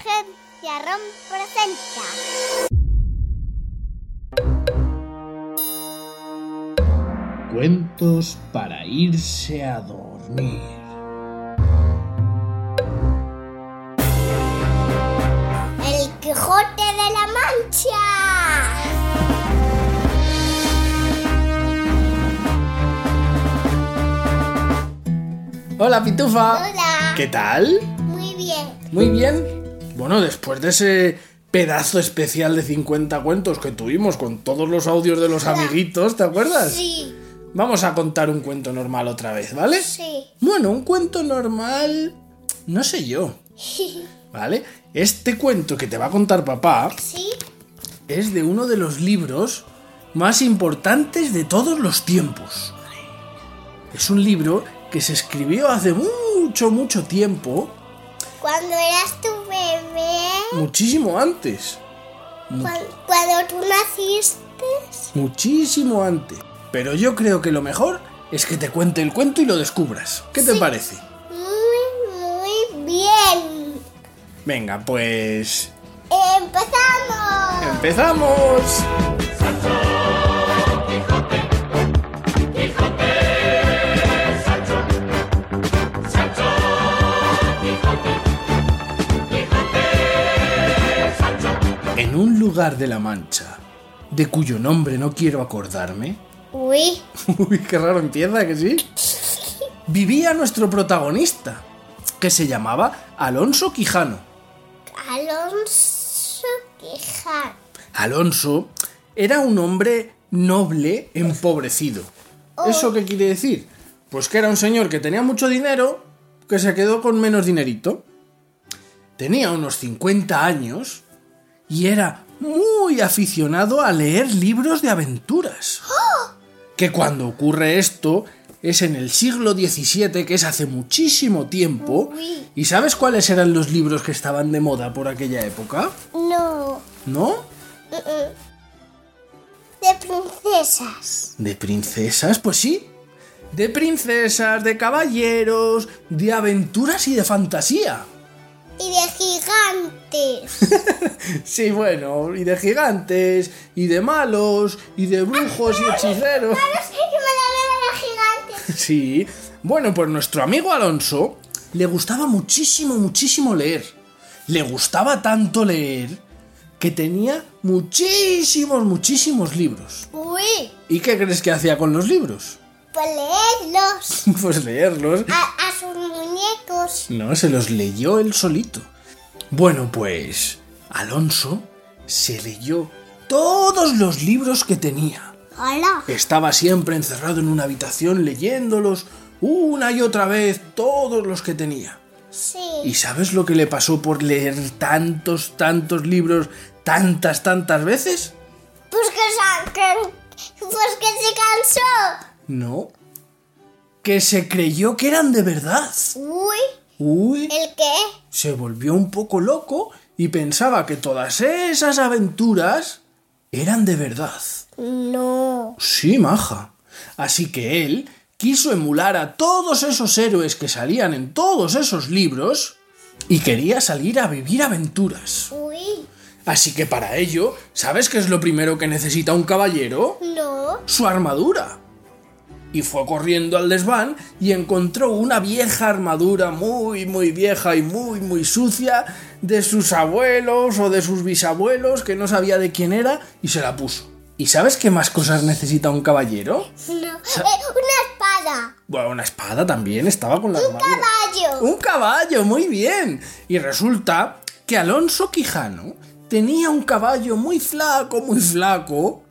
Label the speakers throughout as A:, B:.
A: Ciencia Rom presenta.
B: Cuentos para irse a dormir.
A: El Quijote de la Mancha.
B: Hola, Pitufa.
A: Hola.
B: ¿Qué tal?
A: Muy bien.
B: Muy bien. Bueno, después de ese pedazo especial de 50 cuentos que tuvimos con todos los audios de los amiguitos, ¿te acuerdas?
A: Sí,
B: Vamos a contar un cuento normal otra vez, ¿vale?
A: sí.
B: Bueno, un cuento normal... No sé yo, ¿vale? Este cuento que te va a contar papá
A: ¿Sí?
B: es de uno de los libros más importantes de todos los tiempos. Es un libro que se escribió hace mucho, mucho tiempo,
A: Cuando eras tu bebé,
B: muchísimo antes,
A: cuan- cuando tú naciste,
B: muchísimo antes. Pero yo creo que lo mejor es que te cuente el cuento y lo descubras. ¿Qué te parece?
A: muy, muy bien.
B: Venga, pues...
A: ¡Empezamos!
B: ¡Empezamos! En un lugar de la Mancha, de cuyo nombre no quiero acordarme,
A: Uy,
B: Uy, qué raro empieza, que sí. Vivía nuestro protagonista, que se llamaba Alonso Quijano.
A: Alonso Quijano.
B: Alonso era un hombre noble empobrecido. ¿Eso qué quiere decir? Pues que era un señor que tenía mucho dinero, que se quedó con menos dinerito. Tenía unos 50 años y era muy aficionado a leer libros de aventuras. Que cuando ocurre esto es en el siglo XVII, que es hace muchísimo tiempo.
A: Uy.
B: ¿Y sabes cuáles eran los libros que estaban de moda por aquella época?
A: No.
B: ¿No?
A: Mm-mm. De princesas.
B: ¿De princesas? Pues sí. De princesas, de caballeros, de aventuras y de fantasía.
A: Y de gigantes.
B: Sí, bueno, y de gigantes, y de malos, y de brujos y hechiceros.
A: Ah, que me la veo de gigantes.
B: Sí. Bueno, pues nuestro amigo Alonso le gustaba muchísimo, muchísimo leer. Le gustaba tanto leer que tenía muchísimos, muchísimos libros.
A: Uy,
B: ¿Y qué crees que hacía con los libros?
A: pues leedlos.
B: Pues leerlos
A: A, a sus muñecos.
B: No, se los leyó él solito. Bueno, pues Alonso se leyó todos los libros que tenía.
A: Hola.
B: Estaba siempre encerrado en una habitación leyéndolos una y otra vez todos los que tenía.
A: Sí.
B: ¿Y sabes lo que le pasó por leer tantos, tantos libros tantas, tantas veces?
A: Pues que, sa- que- pues que se cansó.
B: No. Que se creyó que eran de verdad.
A: Uy,
B: Uy.
A: ¿el qué?
B: se volvió un poco loco y pensaba que todas esas aventuras eran de verdad.
A: No.
B: Sí, maja. Así que él quiso emular a todos esos héroes que salían en todos esos libros y quería salir a vivir aventuras.
A: Uy,
B: Así que para ello, ¿sabes qué es lo primero que necesita un caballero?
A: no.
B: Su armadura. Y fue corriendo al desván y encontró una vieja armadura muy, muy vieja y muy, muy sucia de sus abuelos o de sus bisabuelos que no sabía de quién era y se la puso. ¿Y sabes qué más cosas necesita un caballero?
A: No. Eh, una espada.
B: Bueno, una espada también, estaba con la armadura.
A: Caballo.
B: Un caballo, muy bien. Y resulta que Alonso Quijano tenía un caballo muy flaco, muy flaco,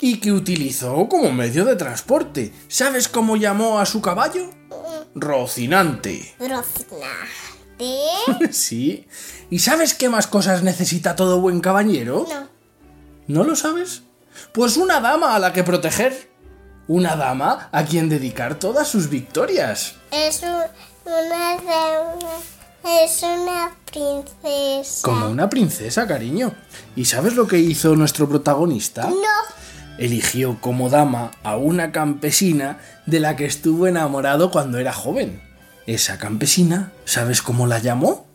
B: y que utilizó como medio de transporte. ¿Sabes cómo llamó a su caballo? Rocinante.
A: Rocinante.
B: Sí. ¿Y sabes qué más cosas necesita todo buen caballero?
A: No.
B: ¿No lo sabes? Pues una dama a la que proteger. Una dama a quien dedicar todas sus victorias.
A: Es un- una, reina- es una princesa.
B: Como una princesa, cariño. ¿Y sabes lo que hizo nuestro protagonista?
A: No,
B: Eligió como dama a una campesina de la que estuvo enamorado cuando era joven. Esa campesina, ¿sabes cómo la llamó?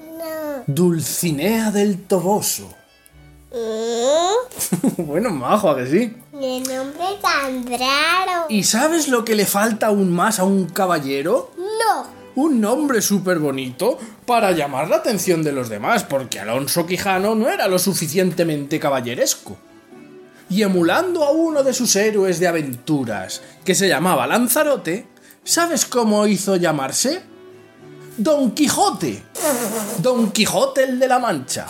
A: no.
B: Dulcinea del Toboso.
A: Mm,
B: bueno, majo, ¿a que sí?
A: ¡Qué nombre tan raro!
B: ¿Y sabes lo que le falta aún más a un caballero?
A: No.
B: Un nombre súper bonito para llamar la atención de los demás, porque Alonso Quijano no era lo suficientemente caballeresco. Y emulando a uno de sus héroes de aventuras, que se llamaba Lanzarote, ¿sabes cómo hizo llamarse? Don Quijote. Don Quijote el de la Mancha.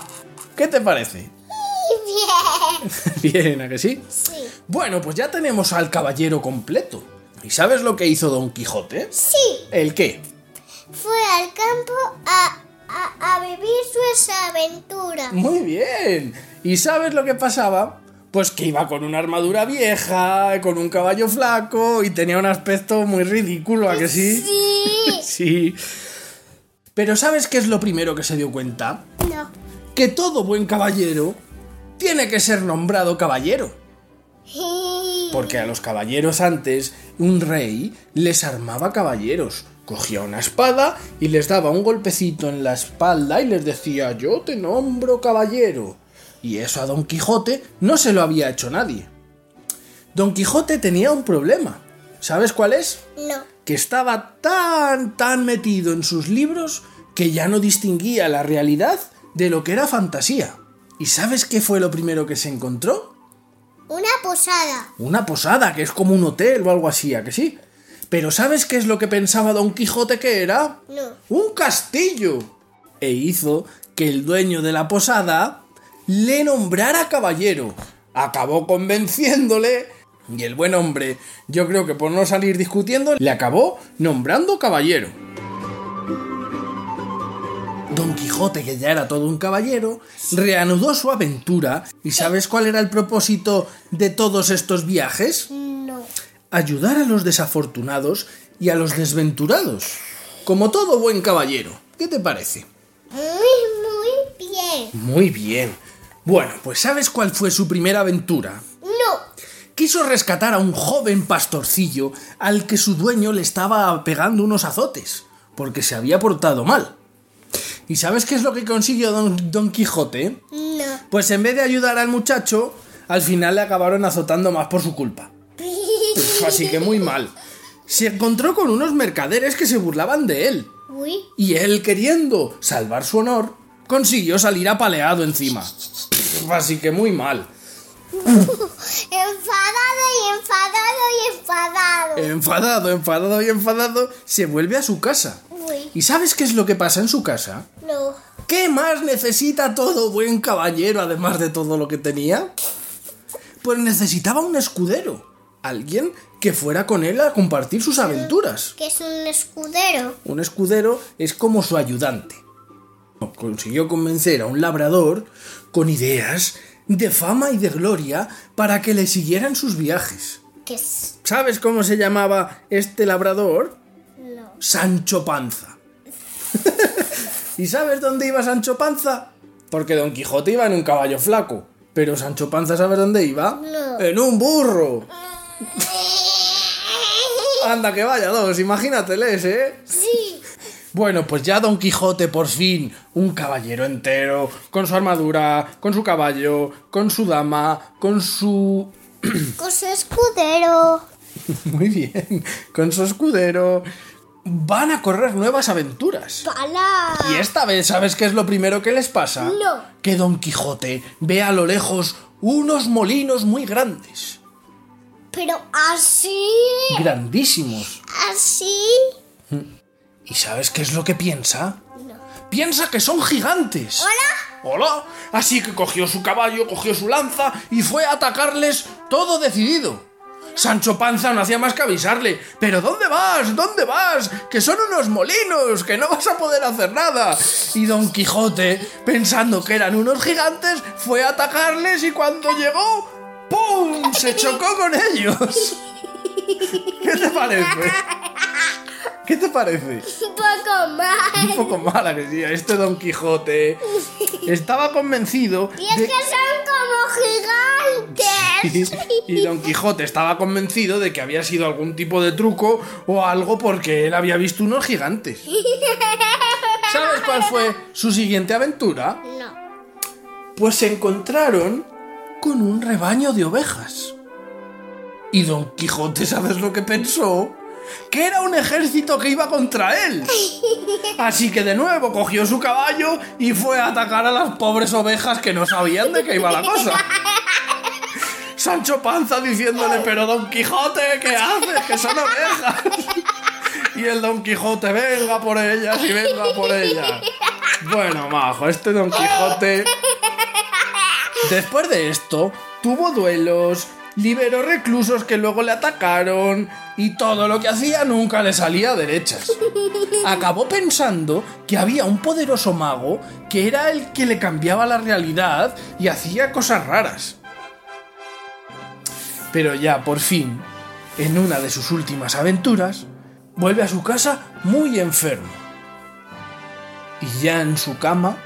B: ¿Qué te parece?
A: Muy bien.
B: Bien, ¿a que sí?
A: Sí.
B: Bueno, pues ya tenemos al caballero completo. ¿Y sabes lo que hizo Don Quijote?
A: Sí.
B: ¿El qué?
A: Fue al campo a, a, a vivir su aventura.
B: Muy bien. ¿Y sabes lo que pasaba? Pues que iba con una armadura vieja, con un caballo flaco y tenía un aspecto muy ridículo, ¿a que sí?
A: Sí.
B: Sí. Pero ¿sabes qué es lo primero que se dio cuenta?
A: No.
B: Que todo buen caballero tiene que ser nombrado caballero.
A: Sí.
B: Porque a los caballeros antes, un rey les armaba caballeros. Cogía una espada y les daba un golpecito en la espalda y les decía, yo te nombro caballero. Y eso a Don Quijote no se lo había hecho nadie. Don Quijote tenía un problema. ¿Sabes cuál es?
A: No.
B: que estaba tan, tan metido en sus libros que ya no distinguía la realidad de lo que era fantasía. ¿Y sabes qué fue lo primero que se encontró?
A: Una posada.
B: Una posada, que es como un hotel o algo así, ¿a que sí? Pero ¿sabes qué es lo que pensaba Don Quijote que era?
A: No.
B: ¡Un castillo! E hizo que el dueño de la posada le nombrara caballero. Acabó convenciéndole. Y el buen hombre, yo creo que por no salir discutiendo, le acabó nombrando caballero. Don Quijote, que ya era todo un caballero, reanudó su aventura. ¿Y sabes cuál era el propósito de todos estos viajes?
A: No.
B: ayudar a los desafortunados y a los desventurados, como todo buen caballero. ¿Qué te parece?
A: Muy, muy bien.
B: Muy bien. Bueno, pues ¿sabes cuál fue su primera aventura?
A: No.
B: Quiso rescatar a un joven pastorcillo al que su dueño le estaba pegando unos azotes, porque se había portado mal. ¿Y sabes qué es lo que consiguió Don, Don Quijote?
A: No.
B: Pues en vez de ayudar al muchacho, al final le acabaron azotando más por su culpa. Pff, Pues Así que muy mal. Se encontró con unos mercaderes que se burlaban de él.
A: Uy.
B: Y él, queriendo salvar su honor, consiguió salir apaleado encima. Pff, Así que muy mal.
A: Enfadado y enfadado y enfadado.
B: Eh. Enfadado, enfadado y enfadado, se vuelve a su casa.
A: Uy.
B: ¿Y sabes qué es lo que pasa en su casa?
A: No.
B: ¿Qué más necesita todo buen caballero, además de todo lo que tenía? Pues necesitaba un escudero. Alguien que fuera con él a compartir sus aventuras.
A: Que es un escudero.
B: Un escudero es como su ayudante. Consiguió convencer a un labrador con ideas de fama y de gloria para que le siguieran sus viajes.
A: Que es.
B: ¿Sabes cómo se llamaba este labrador?
A: No.
B: Sancho Panza. ¿Y sabes dónde iba Sancho Panza? Porque Don Quijote iba en un caballo flaco. Pero Sancho Panza, ¿sabes dónde iba?
A: No.
B: En un burro. Anda que vaya dos, imagínateles, ¿eh?
A: Sí.
B: Bueno, pues ya Don Quijote, por fin, un caballero entero, con su armadura, con su caballo, con su dama, con su...
A: Con su escudero.
B: Muy bien, con su escudero. Van a correr nuevas aventuras.
A: ¡Pala!
B: Y esta vez, ¿sabes qué es lo primero que les pasa?
A: No.
B: Que Don Quijote ve a lo lejos unos molinos muy grandes,
A: Pero así.
B: grandísimos.
A: Así.
B: ¿Y sabes qué es lo que piensa?
A: No.
B: Piensa que son gigantes. ¡Hola! ¡Hola! Así que cogió su caballo, cogió su lanza y fue a atacarles todo decidido. Sancho Panza no hacía más que avisarle, pero ¿dónde vas? ¿Dónde vas? Que son unos molinos, que no vas a poder hacer nada. Y Don Quijote, pensando que eran unos gigantes, fue a atacarles y cuando llegó, ¡pum! Se chocó con ellos. ¿Qué te parece? ¿Qué te parece?
A: Un poco
B: un
A: más.
B: poco mala que sí, este Don Quijote estaba convencido
A: Y es
B: de-
A: que son como gigantes.
B: y Don Quijote estaba convencido de que había sido algún tipo de truco o algo porque él había visto unos gigantes. ¿Sabes cuál fue su siguiente aventura?
A: No.
B: Pues se encontraron con un rebaño de ovejas. Y Don Quijote, ¿sabes lo que pensó? Que era un ejército que iba contra él. Así que de nuevo cogió su caballo y fue a atacar a las pobres ovejas que no sabían de qué iba la cosa. Sancho Panza diciéndole, pero Don Quijote, ¿qué haces? Que son ovejas. Y el Don Quijote, venga por ellas y venga por ellas. Bueno, majo, este Don Quijote. Después de esto, tuvo duelos, liberó reclusos que luego le atacaron y todo lo que hacía nunca le salía a derechas. Acabó pensando que había un poderoso mago que era el que le cambiaba la realidad y hacía cosas raras. Pero ya por fin, en una de sus últimas aventuras, vuelve a su casa muy enfermo. Y ya en su cama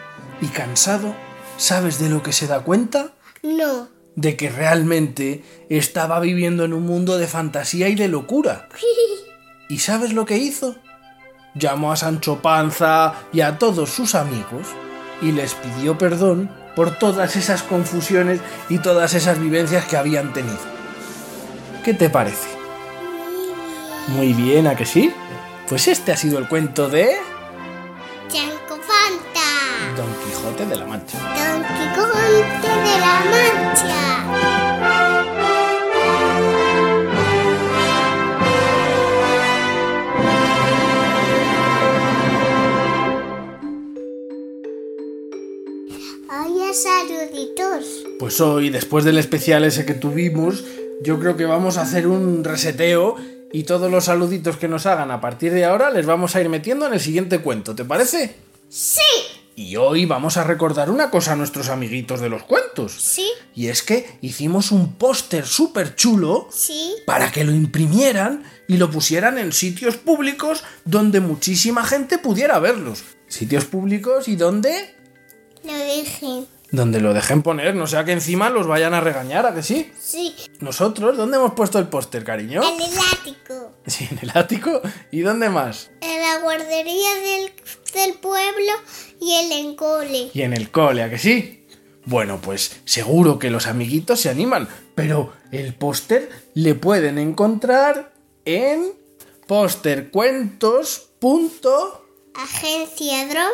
B: y cansado, ¿sabes de lo que se da cuenta?
A: No.
B: De que realmente estaba viviendo en un mundo de fantasía y de locura. ¿Y sabes lo que hizo? Llamó a Sancho Panza y a todos sus amigos y les pidió perdón por todas esas confusiones y todas esas vivencias que habían tenido. ¿Qué te parece? Muy bien, ¿a que sí? Pues este ha sido el cuento de
A: Chanco Fanta.
B: Don Quijote de la Mancha.
A: Don Quijote de la Mancha. Hola, saluditos.
B: Pues hoy, después del especial ese que tuvimos, yo creo que vamos a hacer un reseteo y todos los saluditos que nos hagan a partir de ahora les vamos a ir metiendo en el siguiente cuento, ¿te parece?
A: Sí.
B: Y hoy vamos a recordar una cosa a nuestros amiguitos de los cuentos.
A: Sí.
B: Y es que hicimos un póster súper chulo
A: Sí.
B: para que lo imprimieran y lo pusieran en sitios públicos donde muchísima gente pudiera verlos. Sitios públicos y donde...
A: Lo dije.
B: Donde lo dejen poner, no sea que encima los vayan a regañar, ¿a que sí?
A: Sí.
B: Nosotros, ¿dónde hemos puesto el póster, cariño?
A: El elástico.
B: Sí, en el ático. ¿Y dónde más?
A: En la guardería del, del pueblo y el encole.
B: Y en el cole, ¿a que sí? Bueno, pues seguro que los amiguitos se animan, pero el póster le pueden encontrar en póstercuentos.
A: Agenciadron.es.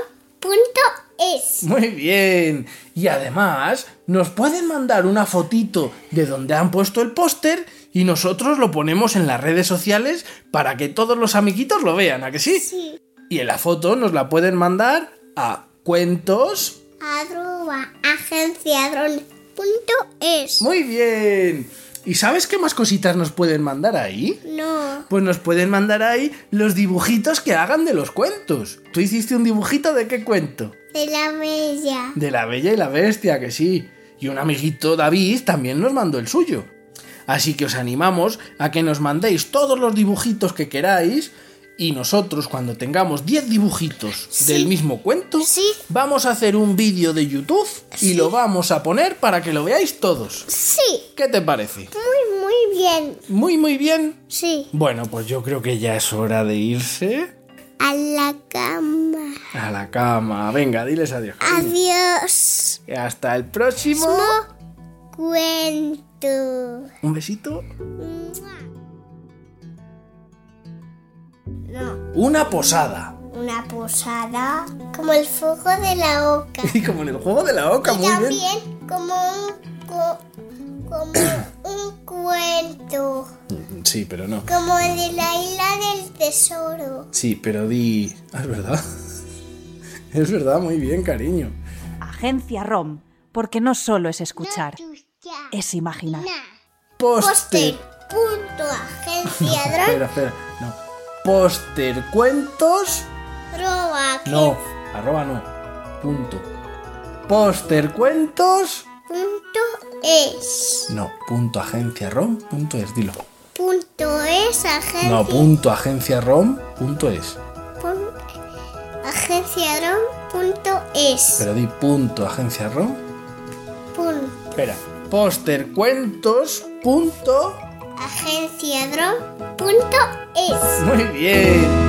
B: Muy bien. Y además, nos pueden mandar una fotito de donde han puesto el póster y nosotros lo ponemos en las redes sociales para que todos los amiguitos lo vean, ¿a que sí?
A: Sí.
B: Y en la foto nos la pueden mandar a cuentos.
A: Arroba agenciadron.es.
B: Muy bien. ¿Y sabes qué más cositas nos pueden mandar ahí?
A: No.
B: Pues nos pueden mandar ahí los dibujitos que hagan de los cuentos. ¿Tú hiciste un dibujito de qué cuento?
A: De la bella.
B: De la Bella y la Bestia, que sí. Y un amiguito David también nos mandó el suyo. Así que os animamos a que nos mandéis todos los dibujitos que queráis y nosotros cuando tengamos 10 dibujitos
A: Sí.
B: del mismo cuento,
A: Sí.
B: vamos a hacer un vídeo de YouTube y
A: Sí.
B: lo vamos a poner para que lo veáis todos.
A: Sí.
B: ¿Qué te parece?
A: Muy, muy bien.
B: Muy, muy bien.
A: Sí.
B: Bueno, pues yo creo que ya es hora de irse
A: A la cama.
B: a la cama. Venga, diles adiós.
A: Adiós.
B: Hasta el próximo.
A: Mo- Cuento.
B: Un besito.
A: No,
B: Una posada.
A: una posada como el fuego de la oca.
B: Y como en el juego de la oca,
A: Y
B: muy bien.
A: también como un co- como un cuento,
B: Mm, Sí, pero no.
A: como el de la isla del tesoro.
B: Sí, pero di. Ah, Es verdad. Es verdad, muy bien, cariño.
C: Agencia ROM, porque no solo es escuchar, es imaginar.
B: Poster.
A: Poster. Punto agencia
B: Espera, espera. No. Poster cuentos.
A: droga.
B: No. Arroba no. Punto. Poster cuentos.
A: Punto es.
B: No. Punto agencia rom. Punto es. Dilo.
A: Punto es agencia.
B: No. Punto agencia rom. Punto es.
A: pun- agenciadron punto es.
B: Pero di punto agencia rom.
A: Punto
B: Espera. Poster cuentos. Punto.
A: agenciadron punto es.
B: Muy bien.